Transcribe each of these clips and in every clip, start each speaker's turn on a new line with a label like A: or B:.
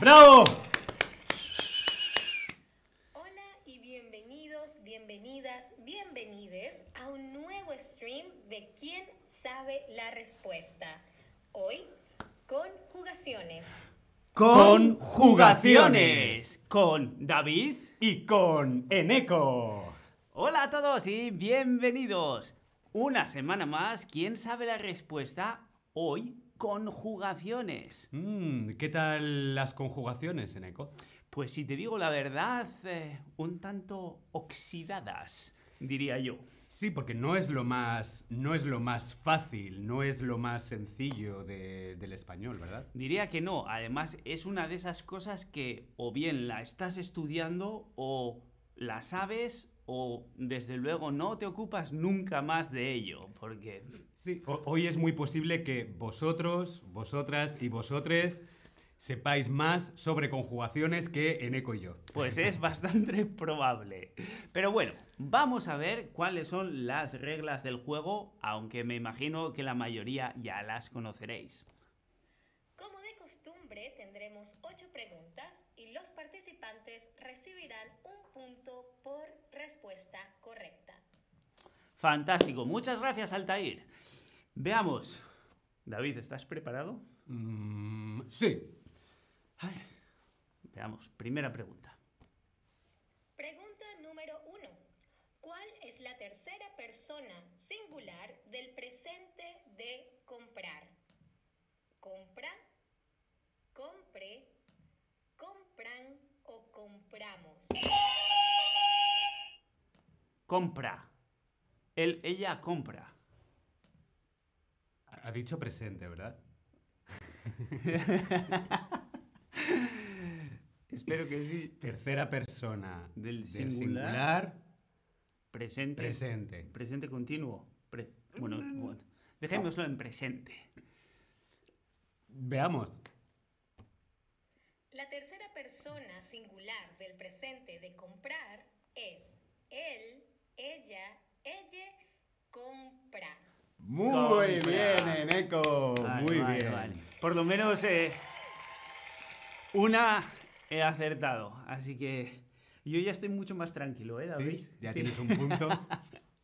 A: ¡Bravo!
B: Hola y bienvenidos, bienvenidas, bienvenides a un nuevo stream de ¿Quién sabe la respuesta? Hoy, conjugaciones.
C: Conjugaciones con David.
A: Y con Eneco.
C: Hola a todos y bienvenidos. Una semana más, ¿quién sabe la respuesta? Hoy, conjugaciones.
A: Mm, ¿Qué tal las conjugaciones, Eneco?
C: Pues si te digo la verdad, eh, un tanto oxidadas, diría yo.
A: Sí, porque no es lo más, no es lo más fácil, no es lo más sencillo de- del español, ¿verdad?
C: Diría que no, además es una de esas cosas que o bien la estás estudiando o la sabes o desde luego no te ocupas nunca más de ello, porque
A: Sí, ho- hoy es muy posible que vosotros, vosotras y vosotres sepáis más sobre conjugaciones que Eneco y yo.
C: Pues es bastante probable. Pero bueno, vamos a ver cuáles son las reglas del juego, aunque me imagino que la mayoría ya las conoceréis.
B: Como de costumbre, tendremos ocho preguntas y los participantes recibirán un punto por respuesta correcta.
C: Fantástico, muchas gracias Altair. Veamos. David, ¿estás preparado?
A: Mm, sí.
C: Veamos, primera pregunta.
B: Pregunta número uno. ¿Cuál es la tercera persona singular del presente de comprar? ¿Compra? ¿Compre? ¿Compran o compramos?
C: Compra. Él, ella compra.
A: Ha dicho presente, ¿verdad?
C: Espero que sí.
A: Tercera persona
C: Del
A: singular,
C: singular. Presente. Mm.
A: presente.
C: Presente continuo. Pre- bueno, bueno, dejémoslo en presente.
A: Veamos.
B: La tercera persona singular del presente de comprar es él, ella, ella compra.
A: Muy
C: Compra.
A: bien, Eneco.
C: Vale,
A: Oh, Muy
C: vale,
A: bien.
C: vale. Por lo menos eh, una he acertado. Así que yo ya estoy mucho más tranquilo, ¿eh, David?
A: Sí, ya
C: Sí.
A: tienes un punto.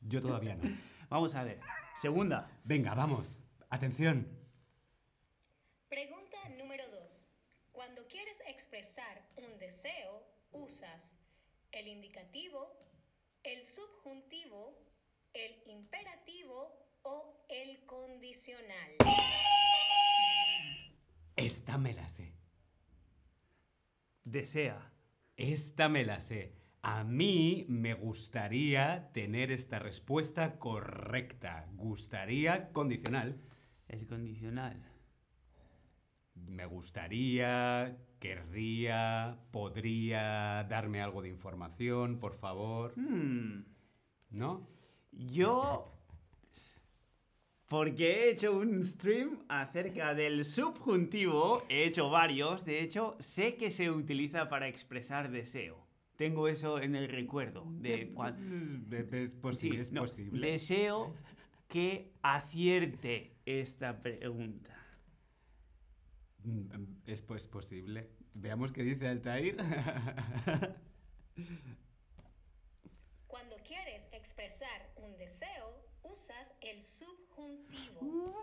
A: Yo todavía no.
C: Vamos a ver. Segunda.
A: Venga, vamos. Atención.
B: Pregunta número 2. Cuando quieres expresar un deseo, usas el indicativo, el subjuntivo, el imperativo o el condicional.
A: Esta me la sé.
C: Desea.
A: Esta me la sé. A mí me gustaría tener esta respuesta correcta. Gustaría condicional.
C: El condicional.
A: Me gustaría, querría, podría darme algo de información, por favor.
C: Hmm,
A: ¿No?
C: Yo. Porque he hecho un stream acerca del subjuntivo, he hecho varios, de hecho, sé que se utiliza para expresar deseo. Tengo eso en el recuerdo de cuando...
A: Es, es posi- es
C: no,
A: posible.
C: Deseo que acierte esta pregunta.
A: Mm, Es pues posible. Veamos qué dice Altair.
B: Cuando quieres expresar un deseo, usas el subjuntivo.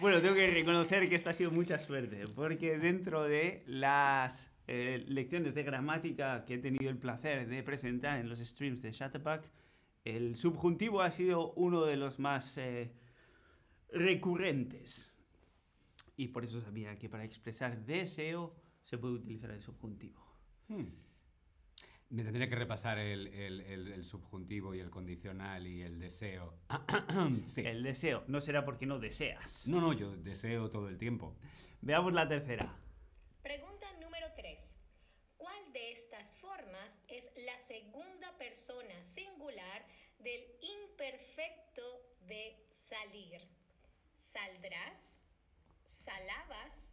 C: Bueno, tengo que reconocer que esta ha sido mucha suerte, porque dentro de las eh, lecciones de gramática que he tenido el placer de presentar en los streams de Shutterback, el subjuntivo ha sido uno de los más eh, recurrentes. Y por eso sabía que para expresar deseo se puede utilizar el subjuntivo.
A: Hmm. Me tendría que repasar el, el- el- el subjuntivo y el condicional y el deseo. Sí.
C: El deseo no será porque no deseas.
A: No, no, yo deseo todo el tiempo.
C: Veamos la tercera.
B: Pregunta número 3. ¿Cuál de estas formas es la segunda persona singular del imperfecto de salir? ¿Saldrás? ¿Salabas?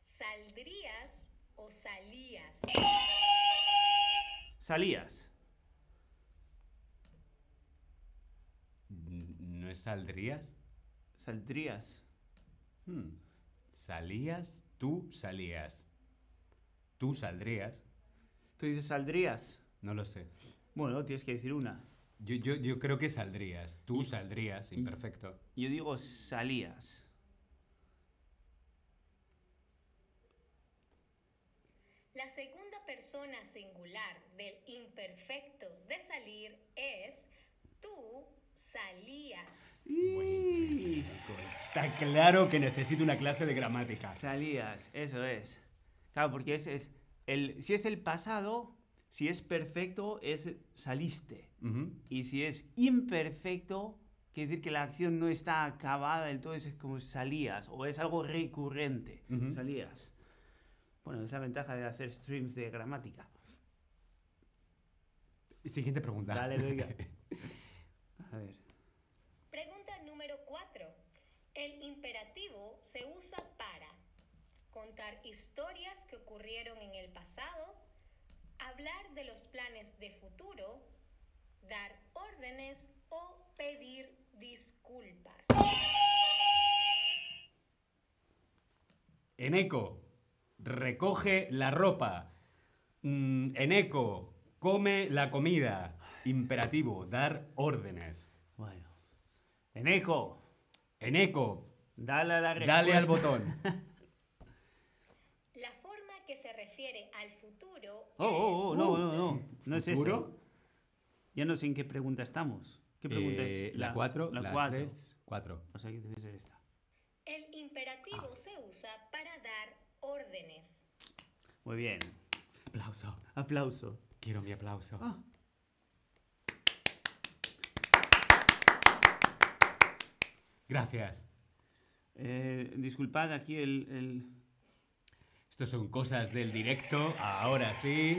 B: ¿Saldrías o salías?
C: Salías.
A: N- ¿No es saldrías?
C: Saldrías.
A: Hmm. Salías, tú salías. Tú saldrías.
C: Tú dices saldrías.
A: No lo sé.
C: Bueno, tienes que decir una.
A: Yo, yo- yo creo que saldrías. Tú saldrías, imperfecto.
C: Yo digo salías.
B: La segunda persona singular del imperfecto de salir es tú salías.
C: Y-
A: Está claro que necesito una clase de gramática.
C: Salías, eso es. Claro, porque es, es el, si es el pasado, si es perfecto, es saliste.
A: Ujú.
C: Y si es imperfecto, quiere decir que la acción no está acabada, entonces es como salías, o es algo recurrente.
A: Ujú.
C: Salías. Bueno, es la ventaja de hacer streams de gramática.
A: Siguiente pregunta.
C: Dale, venga. A ver.
B: Pregunta número 4. El imperativo se usa para contar historias que ocurrieron en el pasado, hablar de los planes de futuro, dar órdenes o pedir disculpas.
A: Eneco, recoge la ropa. Mm, Eneco, come la comida. Imperativo, dar órdenes.
C: Bueno. Eneco,
A: Eneco,
C: dale a la respuesta.
A: dale al botón.
B: La forma que se refiere al futuro
C: Oh, oh, oh, no,
A: Uh,
C: no, no. No es
A: ¿futuro?
C: eso. Ya no sé en qué pregunta estamos. ¿Qué pregunta
A: Eh,
C: es?
A: La 4,
C: La
A: la
C: cuatro.
A: 3, 4.
C: O sea que debe ser esta.
B: El imperativo se usa para dar órdenes.
C: Muy bien.
A: Aplauso.
C: Aplauso.
A: Quiero mi aplauso.
C: Ah.
A: Gracias.
C: Eh, disculpad aquí el- el,
A: Estos son cosas del directo. Ahora sí.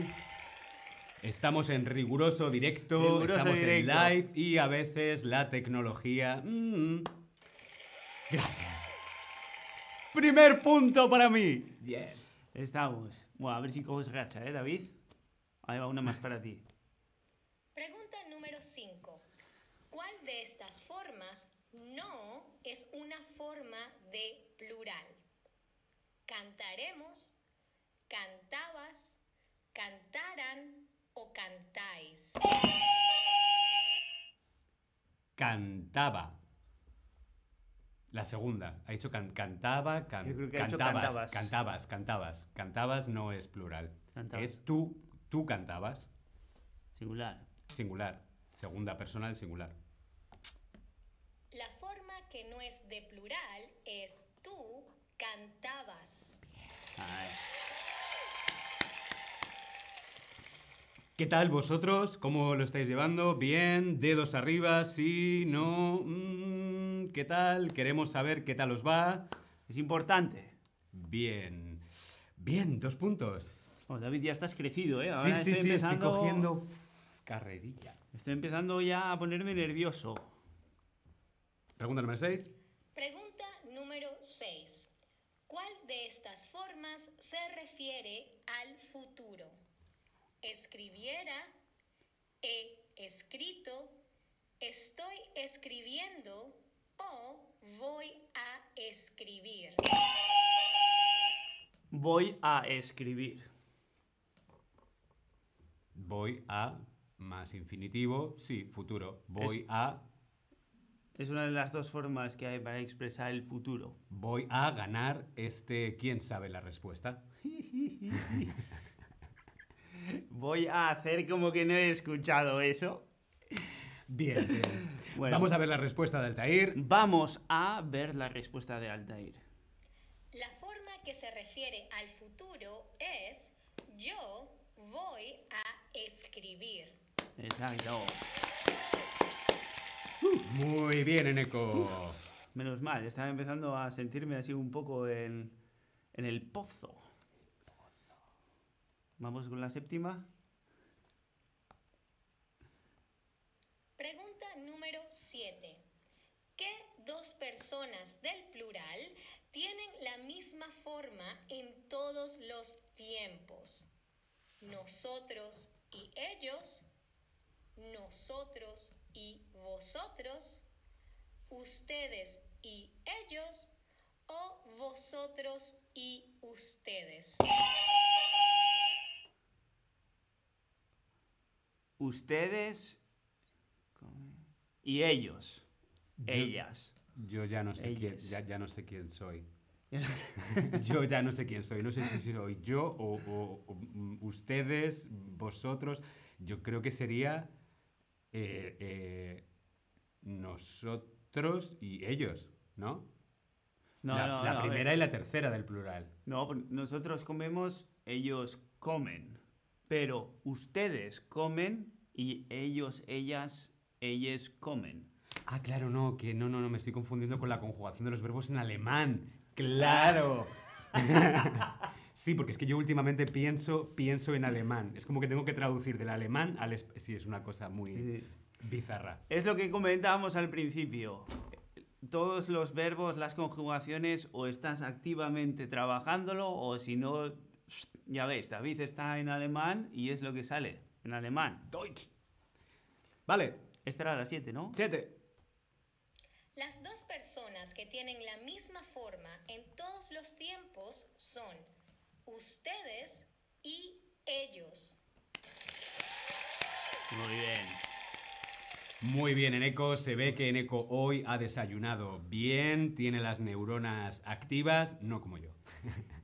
A: Estamos en riguroso directo,
C: Riguroso
A: estamos
C: directo.
A: en live y a veces la tecnología. mm. Gracias. Primer punto para mí.
C: Estamos. Bueno, a ver si coges racha, ¿eh, David? Ahí va una más para ti.
B: Pregunta número 5. ¿Cuál de estas formas no es una forma de plural? Cantaremos, cantabas, cantaran o cantáis.
A: Cantaba. La segunda. Ha dicho can- cantaba, can-
C: Yo creo que ha dicho
A: cantabas,
C: cantabas.
A: cantabas, cantabas. Cantabas no es plural.
C: Cantabas.
A: Es tú, tú cantabas.
C: Singular.
A: Singular. Segunda persona del singular.
B: La forma que no es de plural es tú cantabas.
C: Ay.
A: ¿Qué tal vosotros? ¿Cómo lo estáis llevando? ¿Bien? ¿Dedos arriba? ¿Sí? ¿No? Mm, ¿Qué tal? Queremos saber qué tal os va.
C: Es importante.
A: Bien. Bien, dos puntos.
C: Bueno, Oh, David, ya estás crecido, ¿eh?
A: sí,
C: Ahora
A: sí,
C: estoy
A: sí, estoy
C: empezando-
A: cogiendo uf, carrerilla.
C: Estoy empezando ya a ponerme nervioso.
A: Pregunta número 6.
B: Pregunta número 6. ¿Cuál de estas formas se refiere al futuro? Escribiera, he escrito, estoy escribiendo o voy a escribir.
C: Voy a escribir.
A: Voy a más infinitivo, sí, futuro. Voy a
C: Es una de las dos formas que hay para expresar el futuro.
A: voy a ganar este quién sabe la respuesta.
C: Voy a hacer como que no he escuchado eso.
A: Bien, bien.
C: Bueno.
A: Vamos a ver la respuesta de Altair.
C: Vamos a ver la respuesta de Altair.
B: La forma que se refiere al futuro es yo voy a escribir.
C: Exacto.
A: Muy bien, Eneco.
C: Menos mal, estaba empezando a sentirme así un poco en, en el pozo. Vamos con la séptima.
B: Pregunta número 7. ¿Qué dos personas del plural tienen la misma forma en todos los tiempos? Nosotros, y ellos, nosotros y vosotros, ustedes y ellos o vosotros y ustedes.
C: Ustedes ¿cómo? y ellos.
A: Yo-
C: Ellas.
A: Yo ya no sé quién,
C: Ellas.
A: ya, ya no sé quién soy. Yo ya no sé quién soy. No sé si soy yo o, o- o, mm, ustedes, vosotros. Yo creo que sería eh, eh, nosotros y ellos, ¿no?
C: No,
A: la
C: no,
A: la
C: no, a ver.
A: primera y la tercera del plural.
C: No, por- nosotros comemos, ellos comen. Pero ustedes comen y ellos, ellas, ellas comen.
A: Ah, claro, no, que no, no, no, me estoy confundiendo con la conjugación de los verbos en alemán. Claro. sí, porque es que yo últimamente pienso, pienso en alemán. Es como que tengo que traducir del alemán al... esp- Sí, es una cosa muy bizarra.
C: Es lo que comentábamos al principio. Todos los verbos, las conjugaciones, o estás activamente trabajándolo, o si no, ya ves, David está en alemán y es lo que sale, en alemán.
A: Deutsch. Vale,
C: Esta era la 7, ¿no?
A: siete.
B: Las dos personas que tienen la misma forma en todos los tiempos son ustedes y ellos.
C: Muy bien.
A: Muy bien, Eneco. Se ve que Eneco hoy ha desayunado bien, tiene las neuronas activas, no como yo.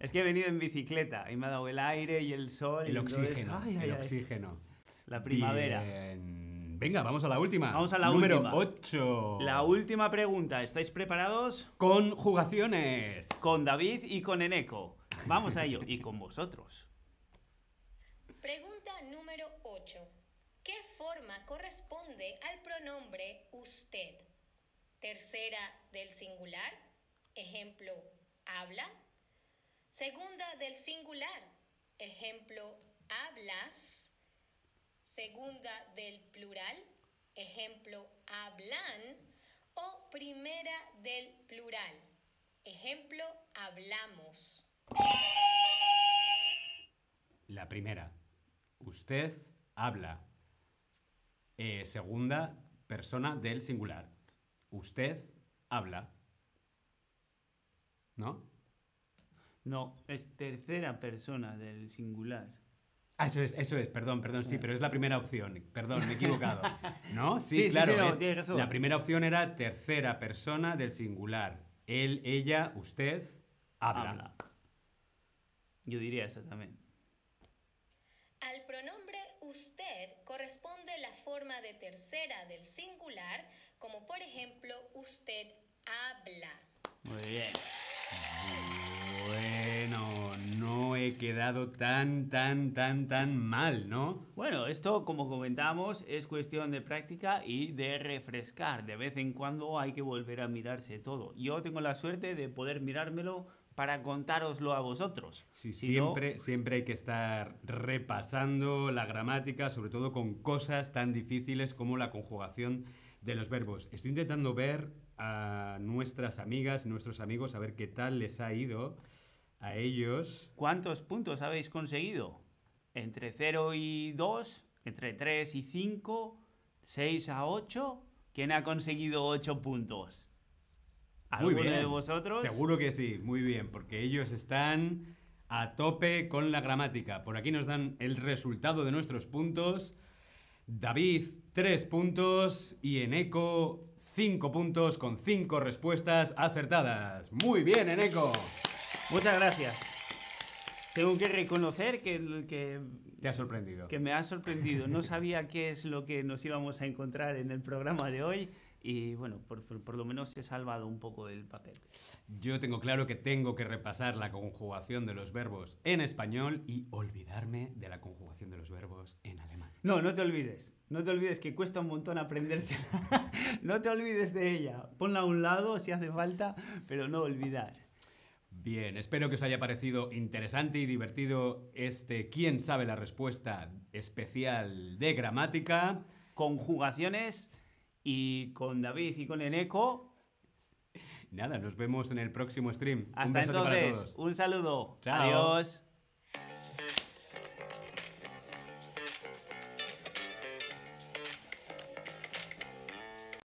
C: Es que he venido en bicicleta y me ha dado el aire y el sol.
A: El
C: y entonces-
A: oxígeno,
C: Ay, ay,
A: el
C: ay.
A: oxígeno.
C: La primavera.
A: Bien. Venga, vamos a la última.
C: Vamos a la
A: Número
C: última.
A: 8.
C: La última pregunta. ¿Estáis preparados?
A: Conjugaciones.
C: Con David y con Eneco. Vamos a ello. Y con vosotros.
B: Pregunta número 8. ¿Qué forma corresponde al pronombre usted? Tercera del singular, ejemplo, habla. Segunda del singular, ejemplo, hablas. Segunda del plural, ejemplo, hablan. O primera del plural, ejemplo, hablamos.
A: La primera. Usted habla. Eh, segunda persona del singular. Usted habla. ¿No?
C: No, es tercera persona del singular.
A: Ah, eso es, eso es, perdón, perdón, sí, pero es la primera opción. Perdón, me he equivocado. ¿No? Sí,
C: Sí, sí,
A: claro.
C: sí, no,
A: es-
C: tienes razón.
A: La primera opción era tercera persona del singular. Él, ella, usted habla.
C: Yo diría eso también.
B: Al pronombre usted corresponde la forma de tercera del singular, como por ejemplo usted habla.
C: Muy bien.
A: Bueno, no he quedado tan, tan, tan, tan mal, ¿no?
C: Bueno, esto, como comentábamos, es cuestión de práctica y de refrescar. De vez en cuando hay que volver a mirarse todo. Yo tengo la suerte de poder mirármelo para contároslo a vosotros.
A: Sí,
C: Si no-
A: siempre, siempre hay que estar repasando la gramática, sobre todo con cosas tan difíciles como la conjugación de los verbos. Estoy intentando ver a nuestras amigas, nuestros amigos, a ver qué tal les ha ido a ellos.
C: ¿Cuántos puntos habéis conseguido? Entre 0 y 2, entre 3 y 5, 6 a 8. ¿Quién ha conseguido 8 puntos?
A: Muy
C: ¿Alguno
A: bien.
C: de vosotros?
A: Seguro que sí, muy bien, porque ellos están a tope con la gramática. Por aquí nos dan el resultado de nuestros puntos. David, 3 puntos y Eneco, 5 puntos con 5 respuestas acertadas. Muy bien, Eneco.
C: Muchas gracias. Tengo que reconocer que, que,
A: Te ha sorprendido.
C: que me ha sorprendido. No sabía qué es lo que nos íbamos a encontrar en el programa de hoy. Y bueno, por, por- por lo menos he salvado un poco el papel.
A: Yo tengo claro que tengo que repasar la conjugación de los verbos en español y olvidarme de la conjugación de los verbos en alemán.
C: No, no te olvides. No te olvides que cuesta un montón aprendérsela. no te olvides de ella. Ponla a un lado si hace falta, pero no olvidar.
A: Bien, espero que os haya parecido interesante y divertido este ¿Quién sabe la respuesta? especial de gramática.
C: Conjugaciones y con David y con Eneco.
A: Nada, nos vemos en el próximo stream. Un
C: Hasta
A: besote para
C: entonces,
A: todos.
C: un saludo.
A: Chao.
C: Adiós.